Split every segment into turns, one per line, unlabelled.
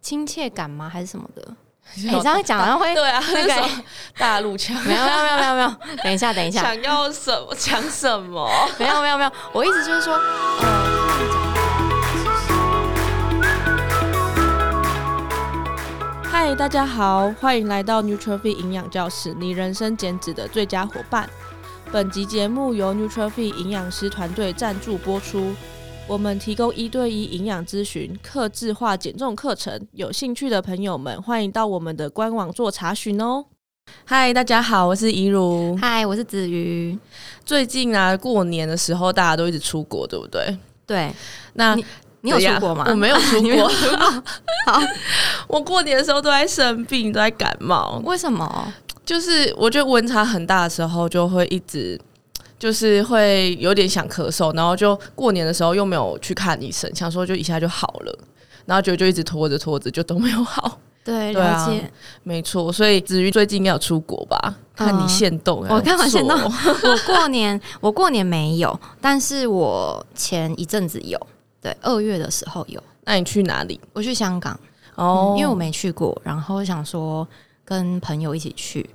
亲切感吗？还是什么的？
你
你这样讲好
哎
像会
对啊，
那
那
个
什么大陆 腔，
没有没有没有没有没有， 等一下等一下，
想要什么讲什么，
没有没有没有，我意思就是说，呃，
嗨，大家好，欢迎来到 Nutrify 营养教室，你人生减脂的最佳伙伴。本集节目由 Nutrify 营养师团队赞助播出。我们提供一对一营养咨询、客制化减重课程，有兴趣的朋友们欢迎到我们的官网做查询哦。嗨，大家好，我是怡如。
嗨，我是子瑜，
最近啊，过年的时候大家都一直出国，对不对？
对
那
你有
怎样
出国吗？
我没有出
你没有
国， 我过年的时候都在生病，都在感冒。
为什么？
就是我觉得温差很大的时候，就会一直就是会有点想咳嗽，然后就过年的时候又没有去看医生，想说就一下就好了，然后就就一直拖着拖着就都没有好。
对，
对
了
啊
解。
没错，所以子瑜最近应该有出国吧？看你现动、
啊我看完现动
还不错
我过年 我过年没有，但是我前一阵子有，对，二月的时候有，
那你去哪里？
我去香港，
哦，
嗯因为我没去过，然后想说跟朋友一起去，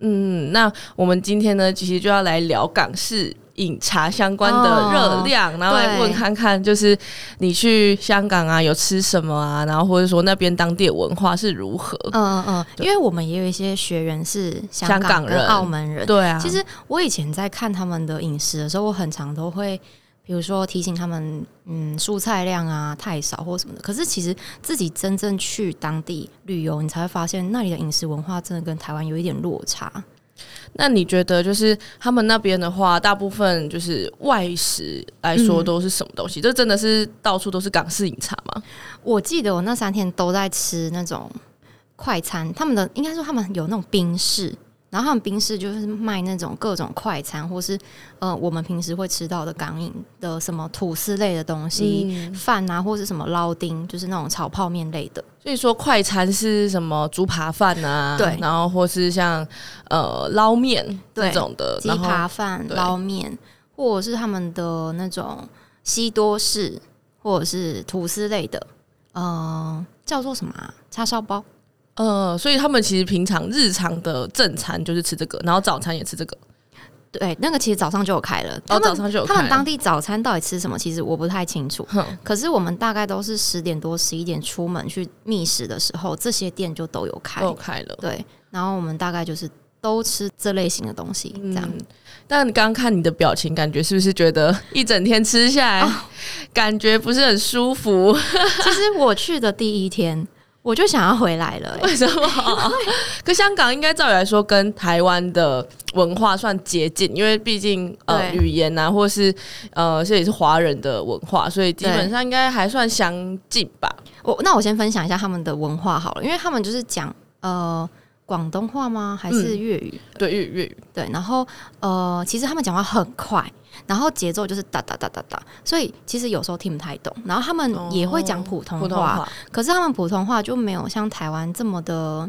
嗯，那我们今天呢，其实就要来聊港式饮茶相关的热量，然后来问看看，就是你去香港啊，有吃什么啊，然后或者说那边当地的文化是如何？
嗯嗯嗯，
对
因为我们也有一些学员是香
哦香港
跟
人
澳门人，
对啊，
其实我以前在看他们的饮食的时候，我很常都会，比如说提醒他们，嗯，蔬菜量啊太少或什么的。可是其实自己真正去当地旅游，你才会发现那里的饮食文化真的跟台湾有一点落差。
那你觉得就是他们那边的话，大部分就是外食来说
嗯
都是什么东西？这真的是到处都是港式饮茶吗？
我记得我那三天都在吃那种快餐，他们的应该说他们有那种冰室，然后他们冰室就是卖那种各种快餐，或是呃我们平时会吃到的港饮的什么吐司类的东
嗯
西。饭啊，或是什么捞丁，就是那种炒泡面类的。
所以说快餐是什么猪扒饭啊，
对
然后或是像呃捞面
对
这种的，
鸡
然后
扒饭、
对
捞面，或者是他们的那种西多士，或者是吐司类的，呃，叫做什么、啊、叉烧包？
呃，所以他们其实平常日常的正餐就是吃这个，然后早餐也吃这个，
对，那个其实早上就有开了。
然
他
后
们
哦早上就有
他们
开
当地早餐到底吃什么，其实我不太清楚。
哼
可是我们大概都是十点多、十一点出门去觅食的时候，这些店就都有开。
都有哦开了。
对，然后我们大概就是都吃这类型的东西，这样。
嗯但刚刚看你的表情，感觉是不是觉得一整天吃下
哦
来，感觉不是很舒服？
其实我去的第一天，我就想要回来了、欸
为什 么？可香港应该照理来说跟台湾的文化算接近，因为毕竟呃
对
语言啊，或是呃这也是华人的文化，所以基本
对
上应该还算相近吧。
我那我先分享一下他们的文化好了，因为他们就是讲呃广东话吗？还是粤语？
对粤粤语，
对，然后呃，其实他们讲话很快，然后节奏就是哒哒哒哒哒，所以其实有时候听不太懂。然后他们也会讲普通话，
普通话
可是他们普通话就没有像台湾这么的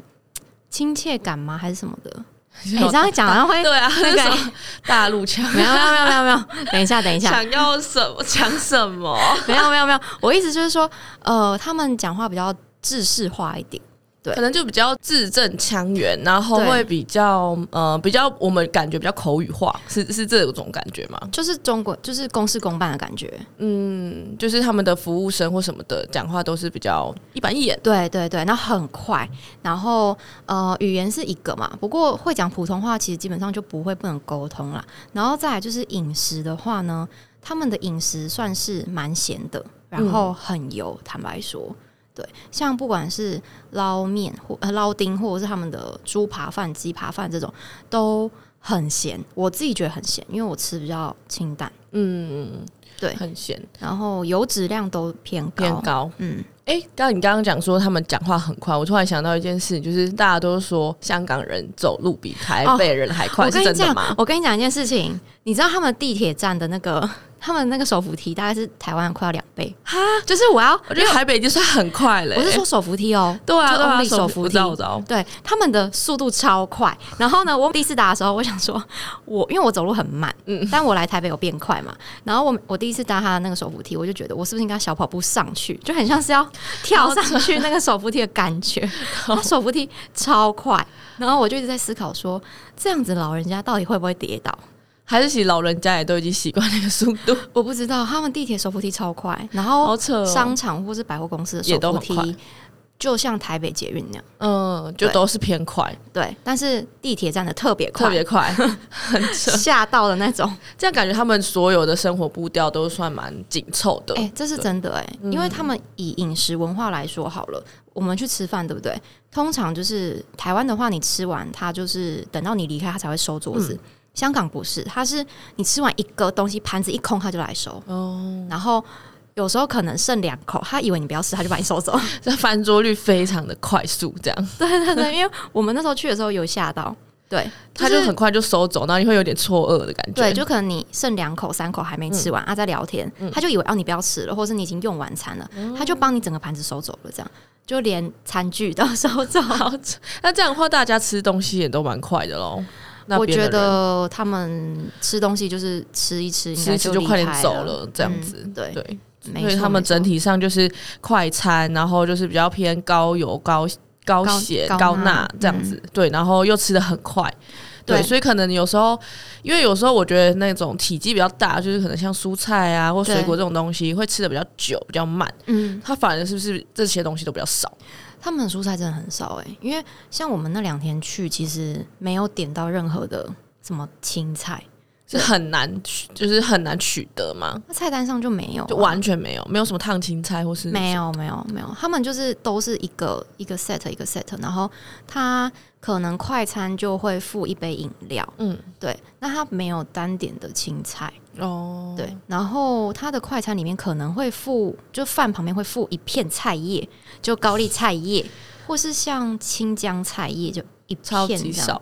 亲切感吗？还是什么的？你、这样讲好 像会
对啊，
哎那
那
个
什么大陆腔，
没有没有没有没有没有，等一下等一下，
想 要什么讲什么，
没有没有没有，我意思就是说，呃，他们讲话比较制式化一点。对
可能就比较字正腔圆，然后
对
会比较呃比较我们感觉比较口语化，是是这种感觉吗？
就是中国，就是公事公办的感觉，
嗯，就是他们的服务生或什么的讲话都是比较一板一眼。
对对对，那很快，然后呃，语言是一个嘛，不过会讲普通话，其实基本上就不会不能沟通啦。然后再来就是饮食的话呢，他们的饮食算是蛮咸的，然后很油，坦白说。对，像不管是捞面或呃捞丁，或者是他们的猪扒饭、鸡扒饭这种，都很咸。我自己觉得很咸，因为我吃比较清淡，
嗯，
对
很咸，
然后油脂量都偏高。
偏高。
嗯，
哎、刚刚你刚刚讲说他们讲话很快，我突然想到一件事，就是大家都说香港人走路比台北人还快，
我
是
跟你
真的
讲
吗，？
我跟你讲一件事情，你知道他们地铁站的那个 他们那个手扶梯大概是台湾快要两倍，
哈，
就是我要，
我觉得台北已经算很快了、
我是说，手扶梯哦，
对啊，
就
对啊，
only 手扶
我知
梯
道，我知道。
对，他们的速度超快。然后呢，我第一次打的时候，我想说，我因为我走路很慢，
嗯
嗯，但我来台北有变快嘛。然后我我第一次搭他的那个手扶梯，我就觉得我是不是应该小跑步上去，就很像是要跳上去那个手扶梯的感 觉。他手扶梯超快，然后我就一直在思考说，这样子老人家到底会不会跌倒？
还是其实老人家也都已经习惯那个速度，
我不知道，他们地铁手扶梯超快，然后
好扯、哦。
商场或是百货公司的手
也都
扶
很快
梯，就像台北捷运那样。
嗯，就
对
都是偏快，
对，但是地铁站的特别快，
特别快， 很扯。
吓到的那 种。
这样感觉他们所有的生活步调都算蛮紧凑的。
哎、这是真的哎、
嗯
因为他们以饮食文化来说好了，我们去吃饭对不对？通常就是台湾的话，你吃完它就是等到你离开，它才会收桌子。
嗯
香港不是，它是你吃完一个东西，盘子一空，它就来收，
哦，
然后。有时候可能剩两口，他以为你不要吃，他就把你收走。
这翻桌率非常的快速，这样
对对 对，因为我们那时候去的时候有吓到，对，
他
是
就很快就收走，然后你会有点错愕的感觉。
对，就可能你剩两口、三口还没吃
嗯
完、啊，在聊天，他就以为哦你不要吃了，或是你已经用完餐了，
嗯
他就帮你整个盘子收走了，这样就连餐具都收走。
好，那这样的话，大家吃东西也都蛮快的喽。 那
我
边的
觉
人
得他们吃东西就是吃一吃，应
吃
该
一吃
就
就快
离
点
开
走了，这样子。
嗯对，
对，
没
所以
错
他们
没错
整体上就是快餐，然后就是比较偏高油、高高
高
血、
高
高
钠嗯
钠这样子。对，然后又吃的很快。对，
对
所以可能有时候，因为有时候我觉得那种体积比较大，就是可能像蔬菜啊或水
对
果这种东西，会吃的比较久、比较慢。
嗯，
它反而是不是这些东西都比较少？
他们的蔬菜真的很少哎、因为像我们那两天去，其实没有点到任何的什么青菜，
是很难取，就是很难取得嘛，
那菜单上就没有、啊
就完全没有，没有什么烫青菜或是
哦没有没有没有，他们就是都是一个一个 set 一个 set，然后他可能快餐就会附一杯饮料，
嗯
对，那他没有单点的青菜，
哦，
对，然后他的快餐里面可能会附，就饭旁边会附一片菜叶，就高丽菜叶，或是像青江菜叶，就一片
超级
这样
少。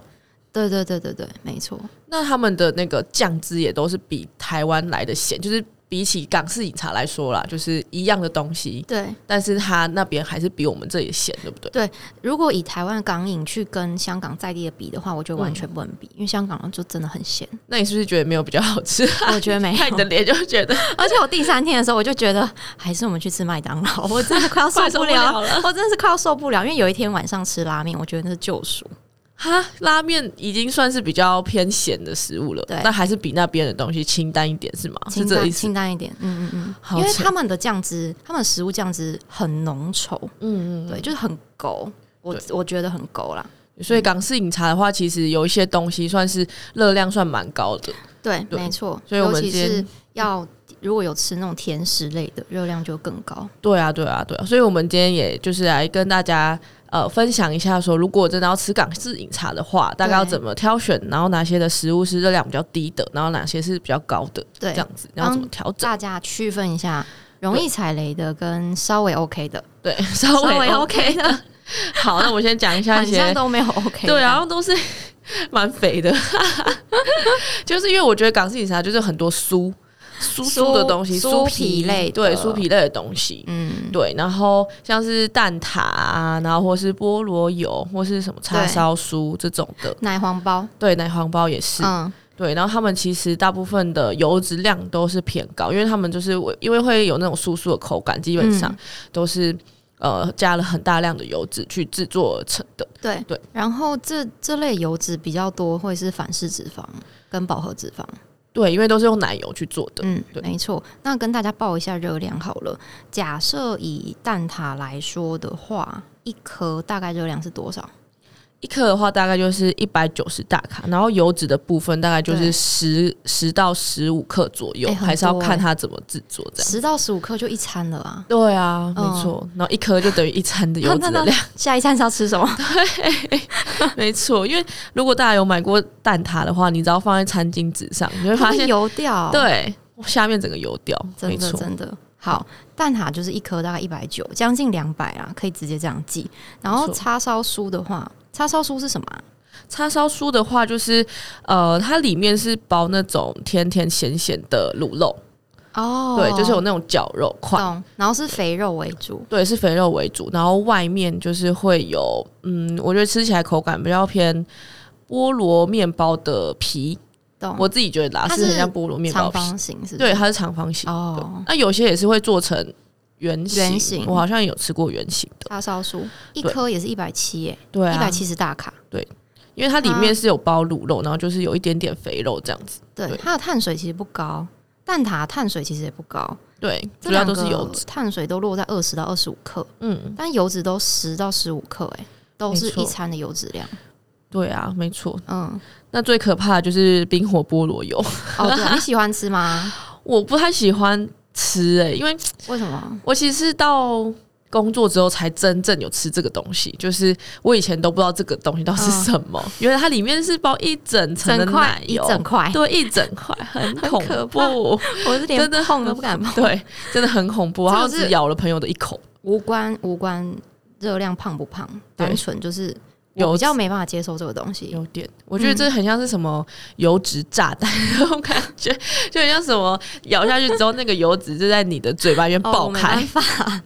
对对对对对，没错，
那他们的那个酱汁也都是比台湾来的咸，就是比起港式饮茶来说啦，就是一样的东西，
对。
但是它那边还是比我们这里咸，对不对？
如果以台湾港饮去跟香港在地的比的话，我觉得
嗯
完全不能比，因为香港就真的很 咸。
那你是不是觉得没有比较 好吃？
我觉得没有
看你的脸就觉得
而且我第三天的时候，我就觉得还是我们去吃麦当 劳，我真的快要受
快
不
受不
了，
了了
我真的是快要受不了。因为有一天晚上吃拉面，我觉得那是救赎。
哈，拉面已经算是比较偏咸的食物了，
对
但还是比那边的东西清淡一点，是吗？是
清
哦这个
淡
意思？
清淡一点，嗯嗯嗯，
好
因为
扯
他们的酱汁，他们的食物酱汁很浓稠，
嗯嗯
对，就是很勾，我我觉得很勾啦，
嗯。所以港式饮茶的话，其实有一些东西算是热量算蛮高的，
对，
对
没错，
所以我
尤
们
其
今天
是要如果有吃那种甜食类的，热量就更高。
对啊，对啊，对啊，所以我们今天也就是来跟大家呃分享一下说如果真的要吃港式饮茶的话，大概要怎么挑选，然后哪些的食物是热量比较低的，然后哪些是比较高的，
对
这样子，然后怎么调整？
大家区分一下，容易踩雷的跟稍微 OK 的，
对，稍微
稍微
OK 的。好，那我先讲一下
好
一些
像，都没有 OK。
对，啊然后都是蛮肥的， 就是因为我觉得港式饮茶就是很多酥酥酥的东西，
酥
酥
皮类的
对，酥皮类的东西，
嗯，
对，然后像是蛋挞啊，然后或是菠萝油，或是什么叉
对
烧酥这种的，
奶黄包，
对，奶黄包也是，
嗯，
对，然后他们其实大部分的油脂量都是偏高，因为他们就是为因为会有那种酥酥的口感，基本上
嗯
都是、呃加了很大量的油脂去制作而成的，
对
对。
然后这这类油脂比较多，会是反式脂肪跟饱和脂肪。
对，因为都是用奶油去做的，
嗯
对，
没错。那跟大家报一下热量好了。假设以蛋挞来说的话，一颗大概热量是多少？
一克的话大概就是一百九十大卡，然后油脂的部分大概就是
对
十十到十五克左右，
哎很
还是要
多
看
哎
它怎么制作这样。
十到十五克就一餐了啊。
对啊，没
嗯
错，然后一颗就等于一餐的油 脂的量，
下一餐是要吃什 么？
没错。因为如果大家有买过蛋挞的话，你只要放在餐巾纸上，你会发
它会
现，
油掉，，
对，下面整个油掉，没
真的
错，
真的。好，蛋挞就是一颗大概一百九，将近两百啊，可以直接这样记。然
没
后
错
叉烧酥的话，叉烧酥是什么啊、
叉烧酥的话，就是呃，它里面是包那种甜甜咸咸的卤肉，
哦，
对，就是有那种绞肉块，
懂，然后是肥肉为主，
对，是肥肉为主，然后外面就是会有，嗯，我觉得吃起来口感比较偏菠萝面包的皮，
懂？
我自己觉得啦，
它
是很
是
像菠萝面
长
包皮，
方形是不
对，
是，
哦它是长方形。
哦，
那有些也是会做成圆形，
圆形
我好像有吃过圆形的，
叉烧酥一
对
颗也是一百七耶，
对
一
啊
百，七十大卡，
因为它里面是有包卤
嗯
肉，然后就是有一点点肥肉这样子，
对
对，
它的碳水其实不高，蛋挞碳水其实也不高，
对，
这
主要
两
都
个
是油脂，
碳水都落在二十到二十五克，
嗯，
但油脂都十到十五克，哎，都
没
是
错
一餐的油脂量，
对啊，没错。
嗯，
那最可怕的就是冰火菠萝油，
哦，对啊，你喜欢吃吗？
我不太喜欢吃欸诶、因为
为什么？
我其实是到工作之后才真正有吃这个东西，就是我以前都不知道这个东西到底是什么，原来它里面是包一整层的
嗯整块
奶
一
油，
整块，
对，一整块，很恐
可怕
怖，
我是连
真的
碰都不敢 碰，
对，真的很恐怖，
这
然
个
后
是
只咬了朋友的一口，
无关无关热量胖不胖，
对
单纯就是
油
我比
脂
较没办法接受这个东西，
有点，我觉得这很像是什么油脂炸 弹那种感觉，就很像什么咬下去之后，那个油脂就在你的嘴巴里面
哦
爆
我没
开，
办法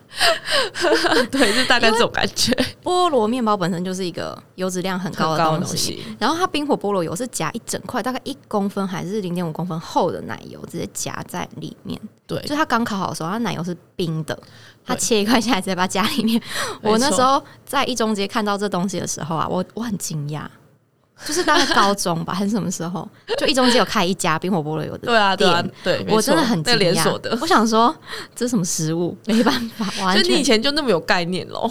对，就大概这种感觉，
菠萝面包本身就是一个油脂量很高
很
的
东
东西。然后它冰火菠萝油是夹一整块，大概一公分还是零点五公分厚的奶油，直接夹在里面。
对
就它刚烤好的时候，它奶油是冰的，它切一块下来直接把它夹里面。我那
没错
时候在一中街看到这东西的时候啊，我我很惊讶，就是大概高中吧，还是什么时候？ 就一中街有开一家冰火菠萝油的
对啊，对啊
店，
对，没
我真的
错
很
那
惊
连锁的
讶，。我想说这是什么食物？没办法，完
就你
全
以前就那么有概念咯，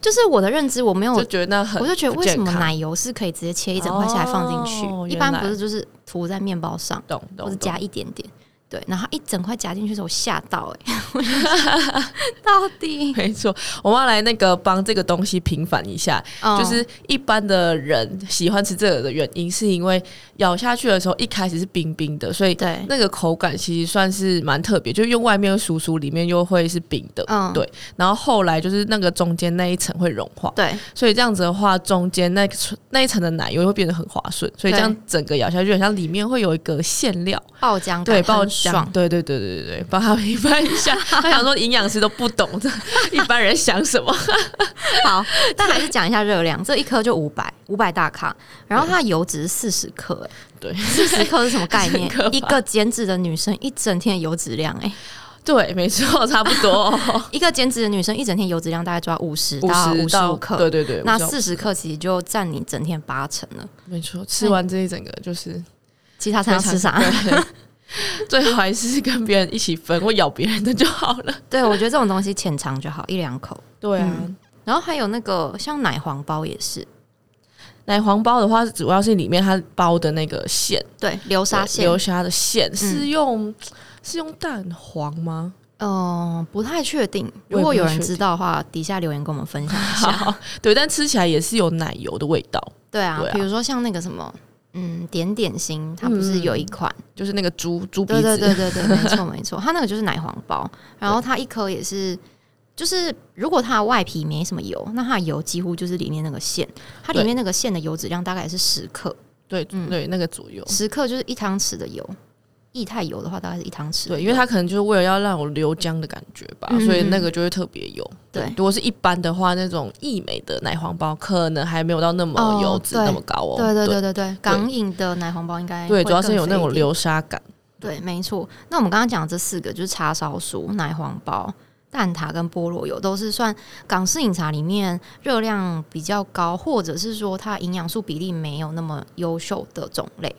就是我的认知，我没有
就觉得那很
我就觉得
不
为什
健
么
康
奶油是可以直接切一整块下来放进去，
哦
一般
原来
不是就是涂在面包上
懂
或者
懂懂，
加一点点。对，然后一整块夹进去的时候，我吓到哎、欸，我就想 说到底、
没错，我们要来那个帮这个东西平反一下，
嗯
就是一般的人喜欢吃这个的原因，是因为咬下去的时候一开始是冰冰的，所以
对，
那个口感其实算是蛮特别，就用外面酥酥，里面又会是冰的。
嗯
对然后后来就是那个中间那一层会融化，
对
所以这样子的话，中间那那一层的奶油会变得很滑顺，所以这样整个咬下去，很像里面会有一个馅料，
爆浆感
对，
嗯
爆
很
浆
爽，，
对对对对对对，帮他平反一 下。他想说营养师都不懂这一般人想什 么，
好，但还是讲一下热量，这一颗就五百五百大卡，然后它油脂是四十克、欸，
对
四十克是什么概念
很可？怕
一个减脂的女生一整天的油脂量、欸，
对，没错，差不多
一个减脂的女生一整天油脂量大概抓五十
五
到
十
五十
到
五克，
对对对，
那
50到
四十克其实就占你整天八成了，
没错，吃完这一整个就是
其他餐哎要吃啥？
非常？对 最好还是跟别人一起分或咬别人的就好 了。嗯
对，我觉得这种东西浅尝就好，一两口。
对
啊然后还有那个像奶黄包也是，
奶黄包的话，主要是里面它包的那个馅，
对，流沙
对
馅，
流
嗯、
沙的馅是用、是用蛋黄吗？
呃不太确定。
我也不太
如果有人知道的话，底下留言跟我们分享一 下。
好，对，但吃起来也是有奶油的味道，
对啊
对啊，
比如说像那个什么，嗯，点点心，它不是有一款？
就是那个猪猪嗯鼻
对
子，
对对对对，没错没错，它那个就是奶黄 包，然后它一颗也是。就是如果它的外皮没什么油，那它的油几乎就是里面那个馅，它里
对
面那个馅的油脂量大概也是十克，
对
嗯
对那个左右。
十克就是一汤匙的油，液态油的话大概是一汤匙的油。
对，因为它可能就是为了要让我流浆的感觉吧，
嗯
所以那个就会特别油。
对
如果是一般的话，那种益美的奶黄包可能还没有到那么
哦
油脂
对
那么高哦。
对对对对对，港饮的奶黄包应该会
对，主要是
更
有那
肥一
种
点。
流沙感。
对，没错。那我们刚刚讲的这四个就是叉烧酥、奶黄包、蛋挞跟菠萝油，都是算港式饮茶里面热量比较高，或者是说它营养素比例没有那么优秀的种类，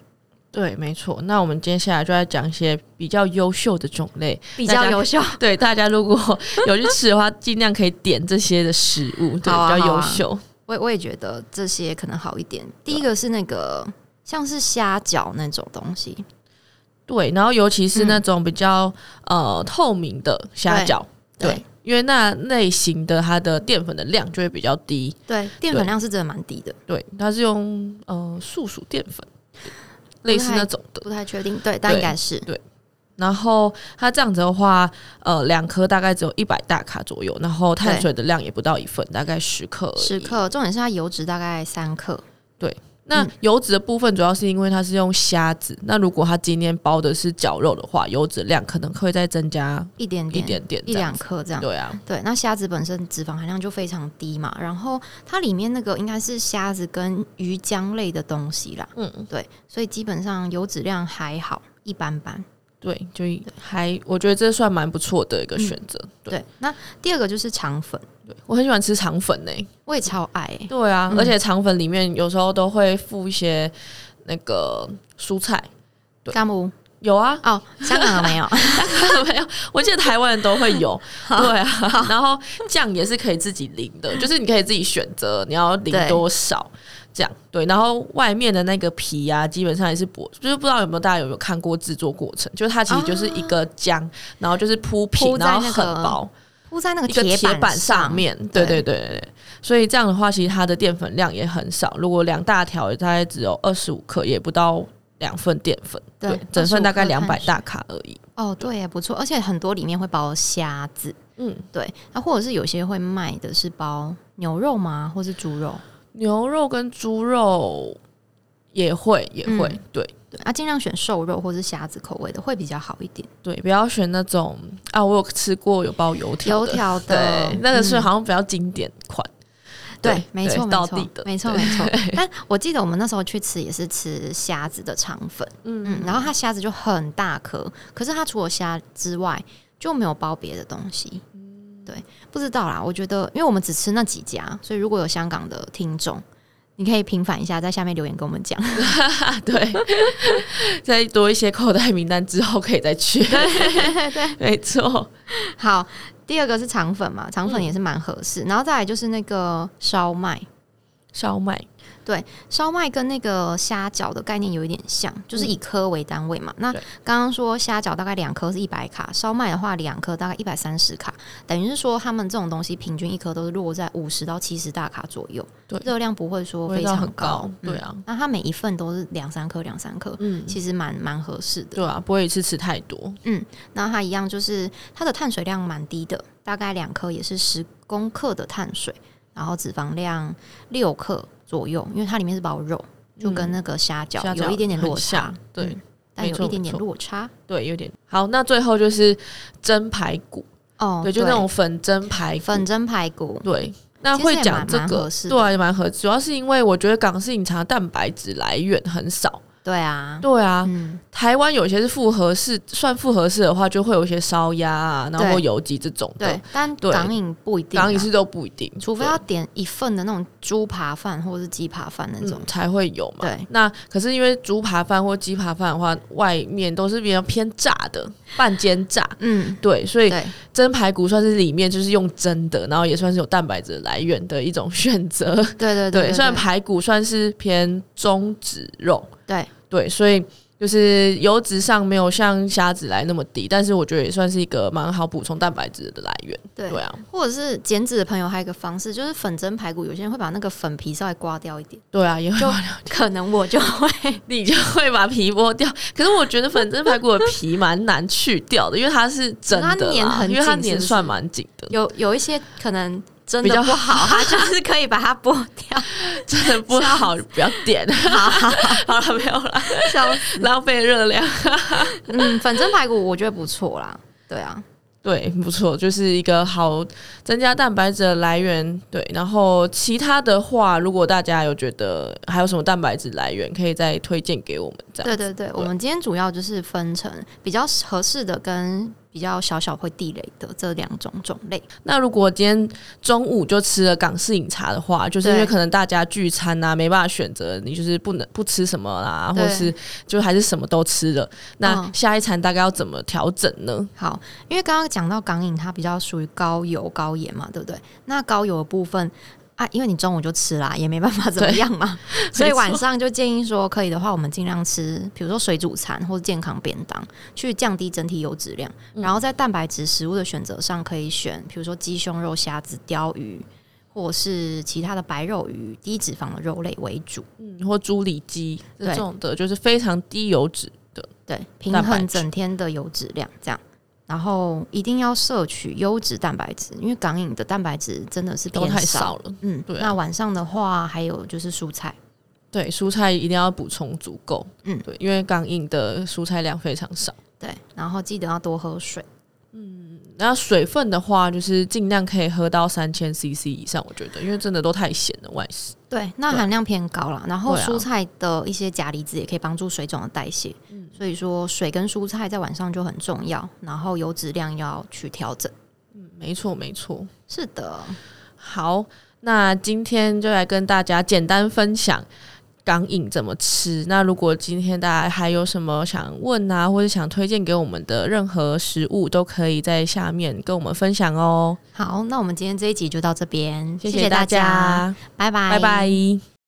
对，没错。那我们接下来就来讲一些比较优秀的种类。
比
大
较
家
优秀。
对大家如果 有去吃的话，尽量可以点这些的食物，对，
好啊
比
好
较优
啊
秀。
我也我也觉得这些可能好一点。第
啊
一个是那个像是虾饺那种东西，
对，然后尤其是
嗯
那种比较、呃透明的虾饺，对
对
因为那类型的它的淀粉的量就会比较低。
对，淀粉量是真的蛮低的，
对，它是用呃素薯淀粉，类似那种的。
不太确定。对，但
对
应该是
然后它这样子的话，呃，两颗大概只有一百大卡左右，然后碳
对
水的量也不到一份，大概十克而已。
十克，重点是它油脂大概三克。
那
嗯
油脂的部分主要是因为它是用虾子，那如果它今天包的是绞肉的话，油脂量可能会再增加
一点
一
点
点点，
一
这样
两
子
克这样。
对啊，
对，那虾子本身脂肪含量就非常低嘛，然后它里面那个应该是虾子跟鱼浆类的东西啦，
嗯，
对，所以基本上油脂量还好，一般般。
对，嗯就还我觉得这算蛮不错的一个选择。对
对，那第二个就是肠粉，
我很喜欢吃肠粉呢、
我也超爱、欸，
对啊，
嗯
而且肠粉里面有时候都会附一些那个蔬菜，对
干姆
有 啊，
哦，香港的 没有，
没有，我记得台湾人都会 有，对啊，然后酱也是可以自己淋的，就是你可以自己选择你要淋
对
多少。这样对，然后外面的那个皮啊，基本上也是薄，就是不知道有没有大家有没有看过制作过程，就是它其实就是一个浆，然后就是铺平，
啊铺在
然后
那
很
个
薄，
铺在那个
一个铁
板
板上
上，
面，对对
对
对对对，所以这样的话，其实它的淀粉量也很少。如果两大条，大概只有二十五克，也不到两份淀粉，
对
整份大概两百
25克
大卡而已。
哦，对耶，不错，而且很多里面会包虾子，
嗯，
对，那或者是有些会卖的是包牛肉吗，或是猪肉，
牛肉跟猪肉也会也会，
嗯
对
对，啊，尽量选瘦肉或是虾子口味的会比较好一点，
对，不要选那种啊，我有吃过有包油条
油
的，
条的
对，，那个是
嗯
好像比较经典款。
对，没错，没
到
错
地的，
没错，
对
没错。但我记得我们那时候去吃也是吃虾子的肠粉，嗯，然后它虾子就很大颗，可是它除了虾之外就没有包别的东西。对，不知道啦，我觉得因为我们只吃那几家，所以如果有香港的听众，你可以平反一下，在下面留言跟我们讲。
对， 再多一些口袋名单之后可以再去。 没错，
好，第二个是肠粉嘛，肠粉也是蛮合适，然后再来就是那个烧麦。
烧麦。
烧麦跟那个虾饺的概念有一点像，就是以颗为单位嘛。那
对
刚刚说虾饺大概两颗是一百卡，烧麦的话两颗大概一百三十卡，等于是说他们这种东西平均一颗都是落在五十到七十大卡左右，
对
热量不会说
味
非
道
常
很高
嗯
对啊
那它每一份都是两三颗，两三颗，
嗯，
其实蛮蛮合适的。
对啊，不会一次吃太多。
那它一样就是它的碳水量蛮低的，大概两颗也是十公克的碳水，然后脂肪量六克左右，因为它里面是包肉，就跟那个虾饺
虾饺
有一点点落
很
差
像，对
嗯但
没
有
错
一点点
没错
落差。
对，有点好。那最后就是蒸排骨，
哦，
对，就那种粉蒸排骨。
粉蒸排骨，
对，那
其实
会
也
讲
蛮
这
蛮
个
合，适的
对啊，也蛮合适。主要是因为我觉得港式饮茶蛋白质来源很少。
对啊，
对啊，
嗯，
台湾有些是复合式，算复合式的话，就会有一些烧鸭啊，然
对
后油鸡这种的
对。，但
对
港饮不一定啊，
港饮是都不一定，
除非
对
要点一份的那种猪扒饭或者是鸡扒饭那种
嗯，才会有嘛。
对
那可是因为猪扒饭或鸡扒饭的话，外面都是比较偏炸的，半煎炸。
嗯，
对，所以
对。
蒸排骨算是里面就是用蒸的，然后也算是有蛋白质的来源的一种选择。
对对对，
虽然
对
排骨算是偏中脂肉，
对
对，所以就是油脂上没有像虾子来那么低，但是我觉得也算是一个蛮好补充蛋白质的来源。
对
对啊，
或者是减脂的朋友还有一个方式，就是粉蒸排骨，有些人会把那个粉皮稍微刮掉一点，
对啊，也会
就可能我就会
你就会把皮剥掉。可是我觉得粉蒸排骨的皮蛮难去掉的，因为它是真
它
的
粘
啦，
很
因为它
紧是
粘
不是
算蛮紧的，
有有一些可能真
比
的
较
不好， 它就是可以把它剥掉。
真的不好，不要点。 好了，没有了，
笑死，
浪费热量。
嗯，粉蒸排骨我觉得不错啦，对啊，
对，不错，就是一个好增加蛋白质的来源。对，然后其他的话，如果大家有觉得还有什么蛋白质来源，可以再推荐给我们。这样
对啊对对，我们今天主要就是分成比较合适的跟比较小小会地雷的这两种种类。
那如果今天中午就吃了港式饮茶的话，就是因为
对
可能大家聚餐啊，没办法选择，你就是不能不吃什么啦，
对
或是就还是什么都吃了。那
嗯
下一餐大概要怎么调整呢？
好，因为刚刚讲到港饮，它比较属于高油高盐嘛，对不对？那高油的部分啊，因为你中午就吃啦，也没办法怎么样 嘛，所以晚上就建议说，可以的话，我们尽量吃，比如说水煮餐或者健康便当，去降低整体油脂量。
嗯
然后在蛋白质食物的选择上，可以选比如说鸡胸肉、虾子、鲷鱼。或是其他的白肉鱼、低脂肪的肉类为主，
嗯，或猪里脊这
对
种的，就是非常低油脂的。
对，平
蛋白
衡
质
整天的油脂量这样。然后一定要摄取优质蛋白质，因为港饮的蛋白质真的是
都
偏
太少了，
嗯，
对啊
那晚上的话，还有就是蔬菜，
对，蔬菜一定要补充足够。
嗯
对，因为港饮的蔬菜量非常少。
对，然后记得要多喝水。
然后水分的话，就是尽量可以喝到三千 CC 以上，我觉得，因为真的都太咸了，外食。
对，那
对
含量偏高啦。然后
对啊
蔬菜的一些钾离子也可以帮助水肿的代谢，
嗯
所以说水跟蔬菜在晚上就很重要，然后油脂量要去调整。
没错，没错。
是的，
好，那今天就来跟大家简单分享港饮怎么吃。那如果今天大家还有什么想问啊，或者想推荐给我们的任何食物，都可以在下面跟我们分享哦。
好，那我们今天这一集就到这边，
谢大
大家，拜拜，
拜拜